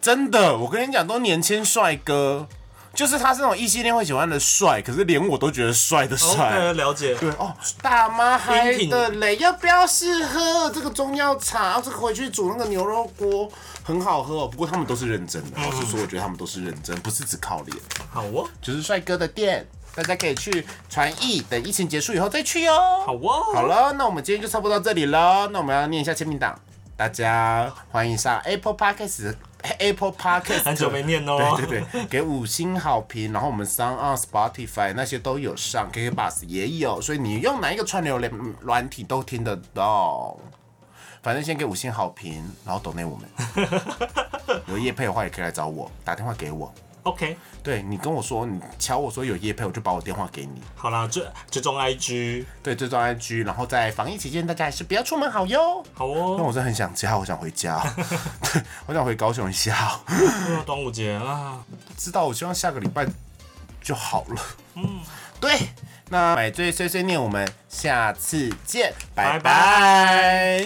A: 真的。我跟你讲，都年轻帅哥，就是他是那种异性恋会喜欢的帅，可是连我都觉得帅的帅。
B: OK，了哦解。
A: 对哦，大妈嗨的嘞，要不要试喝这个中药茶？这个回去煮那个牛肉锅很好喝哦。不过他们都是认真的，老实说，我觉得他们都是认真，不是只靠脸。
B: 好哦，
A: 就是帅哥的店，大家可以去传艺，等疫情结束以后再去哦。
B: 好哦。
A: 好了，那我们今天就差不多到这里了。那我们要念一下签名档，大家欢迎上 Apple Podcast。Apple Podcast
B: 很久没念哦
A: 对对对，给五星好评，然后我们 s o n Spotify 那些都有上，KK Bus 也有，所以你用哪一个串流软软体都听得到。反正先给五星好评，然后抖内我们有业配的话也可以来找我，打电话给我。
B: OK，
A: 对你跟我说，你瞧我说有业配，我就把我电话给你。
B: 好啦，追追踪 IG，
A: 对，追踪 IG，然后在防疫期间，大家还是不要出门好哟。
B: 好
A: 那
B: 哦。
A: 我真的很想家，我想回家， 对我想回高雄一下。
B: 嗯端午节啊，
A: 知道，我希望下个礼拜就好了。嗯，对，那买醉碎碎念，我们下次见，
B: 拜
A: 拜拜